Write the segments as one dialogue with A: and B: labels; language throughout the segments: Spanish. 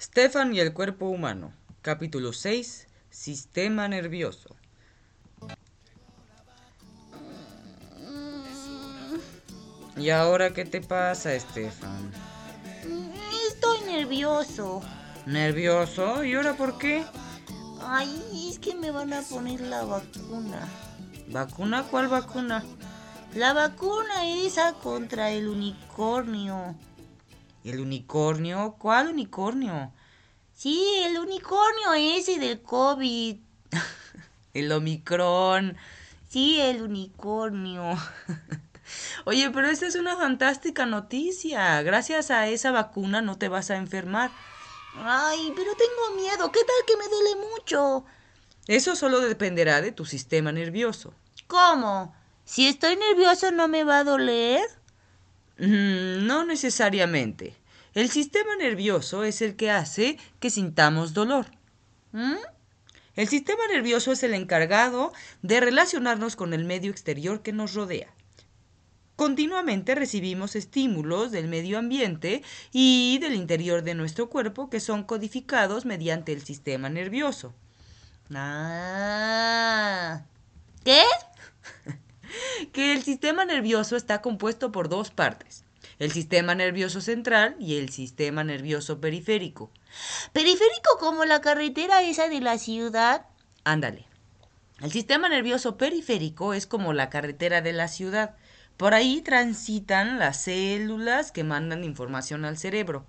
A: Stefan y el cuerpo humano. Capítulo 6. Sistema nervioso. ¿Y ahora qué te pasa, Stefan?
B: Mm, Estoy nervioso.
A: ¿Nervioso? ¿Y ahora por qué?
B: Ay, es que me van a poner la vacuna.
A: ¿Vacuna? ¿Cuál vacuna?
B: La vacuna esa contra el unicornio.
A: ¿El unicornio? ¿Cuál unicornio?
B: Sí, el unicornio ese del COVID.
A: El Omicron.
B: Sí, el unicornio.
A: Oye, pero esta es una fantástica noticia. Gracias a esa vacuna no te vas a enfermar.
B: Ay, pero tengo miedo. ¿Qué tal que me duele mucho?
A: Eso solo dependerá de tu sistema nervioso.
B: ¿Cómo? Si estoy nervioso no me va a doler.
A: Mm, no necesariamente. El sistema nervioso es el que hace que sintamos dolor.
B: ¿Mm?
A: El sistema nervioso es el encargado de relacionarnos con el medio exterior que nos rodea. Continuamente recibimos estímulos del medio ambiente y del interior de nuestro cuerpo que son codificados mediante el sistema nervioso.
B: Ah. ¿Qué?
A: que el sistema nervioso está compuesto por dos partes, el sistema nervioso central y el sistema nervioso periférico.
B: Periférico como la carretera esa de la ciudad.
A: Ándale. El sistema nervioso periférico es como la carretera de la ciudad. Por ahí transitan las células que mandan información al cerebro.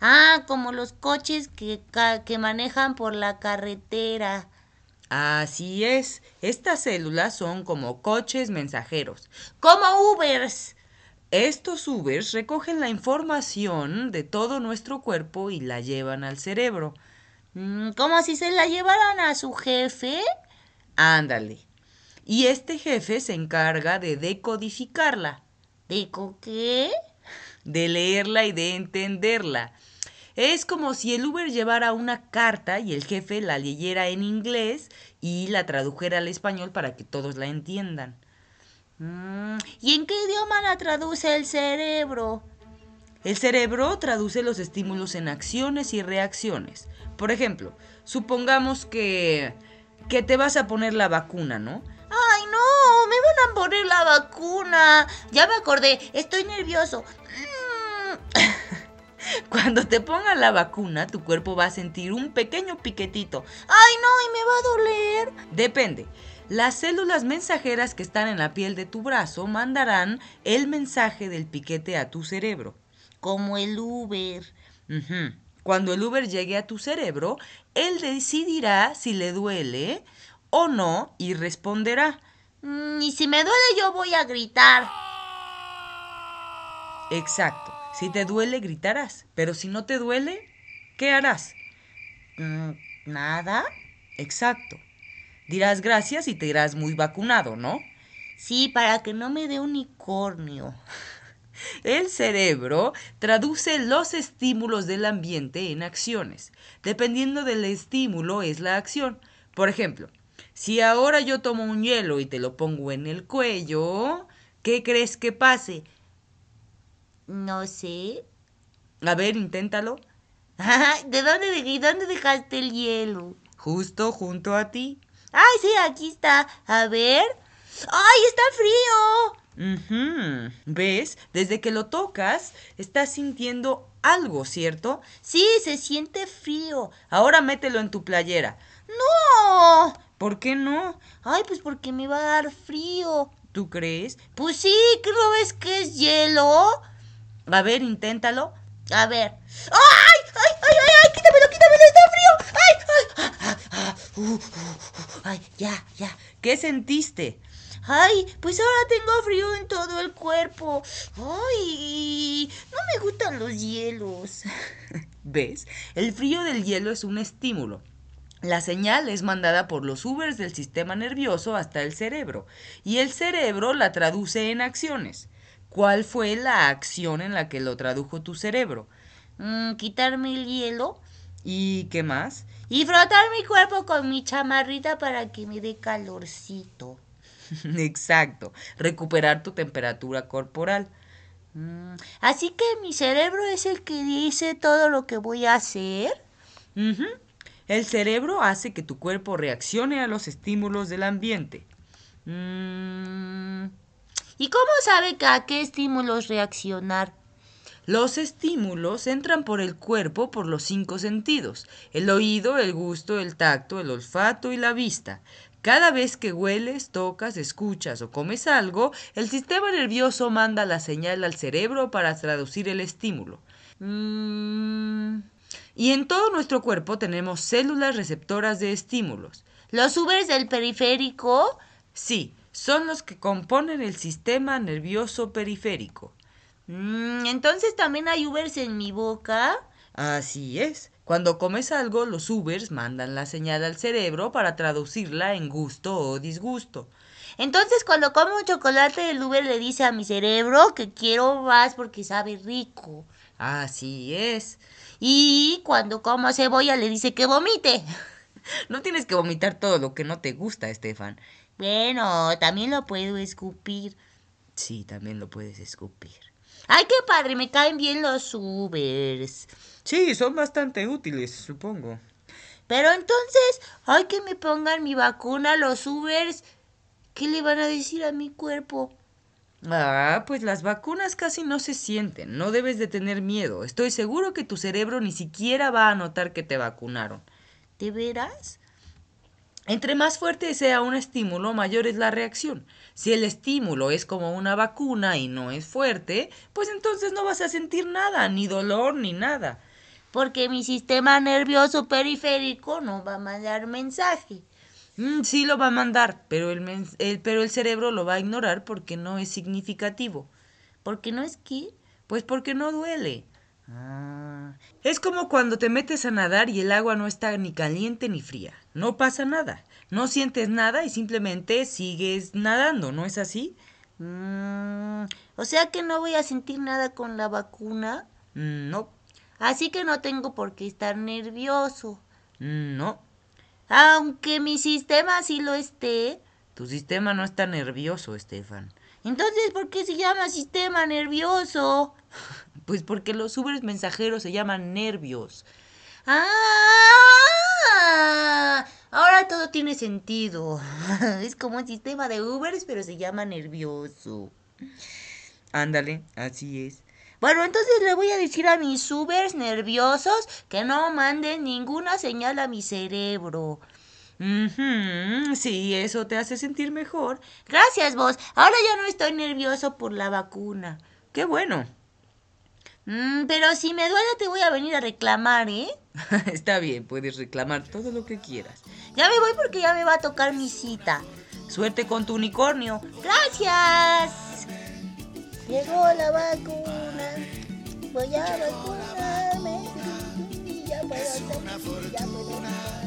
B: Ah, como los coches que, ca- que manejan por la carretera.
A: Así es, estas células son como coches mensajeros.
B: Como Ubers.
A: Estos Ubers recogen la información de todo nuestro cuerpo y la llevan al cerebro.
B: Mm, Como si se la llevaran a su jefe.
A: Ándale. Y este jefe se encarga de decodificarla,
B: ¿Digo qué?
A: de leerla y de entenderla. Es como si el Uber llevara una carta y el jefe la leyera en inglés y la tradujera al español para que todos la entiendan.
B: Mm, ¿Y en qué idioma la traduce el cerebro?
A: El cerebro traduce los estímulos en acciones y reacciones. Por ejemplo, supongamos que que te vas a poner la vacuna, ¿no?
B: ¡Ay, no! ¡Me van a poner la vacuna! Ya me acordé, estoy nervioso. Mm,
A: Cuando te pongan la vacuna, tu cuerpo va a sentir un pequeño piquetito.
B: ¡Ay, no! ¡Y me va a doler!
A: Depende. Las células mensajeras que están en la piel de tu brazo mandarán el mensaje del piquete a tu cerebro.
B: Como el Uber.
A: Ujú. Cuando el Uber llegue a tu cerebro, él decidirá si le duele o no y responderá.
B: Mm, y si me duele yo voy a gritar.
A: Exacto. Si te duele, gritarás. Pero si no te duele, ¿qué harás?
B: Mm, ¿Nada?
A: Exacto. Dirás gracias y te irás muy vacunado, ¿no?
B: Sí, para que no me dé unicornio.
A: El cerebro traduce los estímulos del ambiente en acciones. Dependiendo del estímulo es la acción. Por ejemplo, si ahora yo tomo un hielo y te lo pongo en el cuello, ¿qué crees que pase?
B: No sé.
A: A ver, inténtalo.
B: ¿De dónde, de, dónde dejaste el hielo?
A: Justo junto a ti.
B: Ay, sí, aquí está. A ver. ¡Ay, está frío!
A: Ujú. ¿Ves? Desde que lo tocas, estás sintiendo algo, ¿cierto?
B: Sí, se siente frío.
A: Ahora mételo en tu playera.
B: ¡No!
A: ¿Por qué no?
B: Ay, pues porque me va a dar frío.
A: ¿Tú crees?
B: Pues sí, ¿qué no ves que es hielo?
A: A ver, inténtalo.
B: A ver. ¡Ay! ¡Ay, ay, ay! ay! ¡Quítamelo, quítamelo! ¡Está frío! ¡Ay, ay! Ah, ah, ah, uh, uh, uh, ¡Ay, ya, ya!
A: ¿Qué sentiste?
B: ¡Ay! Pues ahora tengo frío en todo el cuerpo. ¡Ay! No me gustan los hielos.
A: ¿Ves? El frío del hielo es un estímulo. La señal es mandada por los Ubers del sistema nervioso hasta el cerebro y el cerebro la traduce en acciones. ¿Cuál fue la acción en la que lo tradujo tu cerebro?
B: Mm, quitarme el hielo
A: ¿Y qué más?
B: y frotar mi cuerpo con mi chamarrita para que me dé calorcito.
A: Exacto, recuperar tu temperatura corporal.
B: Mm, Así que mi cerebro es el que dice todo lo que voy a hacer.
A: Ujú. El cerebro hace que tu cuerpo reaccione a los estímulos del ambiente. Mm,
B: ¿Y cómo sabe que a qué estímulos reaccionar?
A: Los estímulos entran por el cuerpo por los cinco sentidos, el oído, el gusto, el tacto, el olfato y la vista. Cada vez que hueles, tocas, escuchas o comes algo, el sistema nervioso manda la señal al cerebro para traducir el estímulo.
B: Mm,
A: Y en todo nuestro cuerpo tenemos células receptoras de estímulos.
B: ¿Los Ubers del periférico?
A: Sí, son los que componen el sistema nervioso periférico.
B: Mm, Entonces también hay Ubers en mi boca.
A: Así es. Cuando comes algo, los Ubers mandan la señal al cerebro para traducirla en gusto o disgusto.
B: Entonces cuando como un chocolate el Uber le dice a mi cerebro que quiero más porque sabe rico.
A: Así es.
B: Y cuando como cebolla le dice que vomite.
A: No tienes que vomitar todo lo que no te gusta, Estefan.
B: Bueno, también lo puedo escupir.
A: Sí, también lo puedes escupir.
B: Ay, qué padre, me caen bien los Ubers.
A: Sí, son bastante útiles, supongo.
B: Pero entonces, ay, que me pongan mi vacuna los Ubers. ¿Qué le van a decir a mi cuerpo?
A: Ah, pues las vacunas casi no se sienten. No debes de tener miedo. Estoy seguro que tu cerebro ni siquiera va a notar que te vacunaron.
B: ¿De veras?
A: Entre más fuerte sea un estímulo, mayor es la reacción. Si el estímulo es como una vacuna y no es fuerte, pues entonces no vas a sentir nada, ni dolor, ni nada.
B: Porque mi sistema nervioso periférico no va a mandar mensaje.
A: Mm, sí lo va a mandar, pero el, mens- el- pero el cerebro lo va a ignorar porque no es significativo.
B: Porque no es que.
A: Pues porque no duele.
B: Ah,
A: Es como cuando te metes a nadar y el agua no está ni caliente ni fría. No pasa nada. No sientes nada y simplemente sigues nadando, ¿no es así?
B: mm, o sea que no voy a sentir nada con la vacuna.
A: Mm, No,
B: Así que no tengo por qué estar nervioso.
A: Mm, no.
B: Aunque mi sistema sí lo esté.
A: Tu sistema no está nervioso, Estefan.
B: Entonces, ¿por qué se llama sistema nervioso?
A: Pues porque los Ubers mensajeros se llaman nervios.
B: Ah, ahora todo tiene sentido. Es como un sistema de Ubers, pero se llama nervioso.
A: Ándale, así es.
B: Bueno, entonces le voy a decir a mis Ubers nerviosos que no manden ninguna señal a mi cerebro.
A: Ujú, sí, eso te hace sentir mejor.
B: Gracias, vos. Ahora ya no estoy nervioso por la vacuna.
A: Qué bueno.
B: Mm, pero si me duele te voy a venir a reclamar, ¿eh?
A: Está bien, puedes reclamar todo lo que quieras.
B: Ya me voy porque ya me va a tocar mi cita.
A: Suerte con tu unicornio.
B: Gracias. Llegó la vacuna. Voy a vacunarme. y Ya puedo salir, ya puedo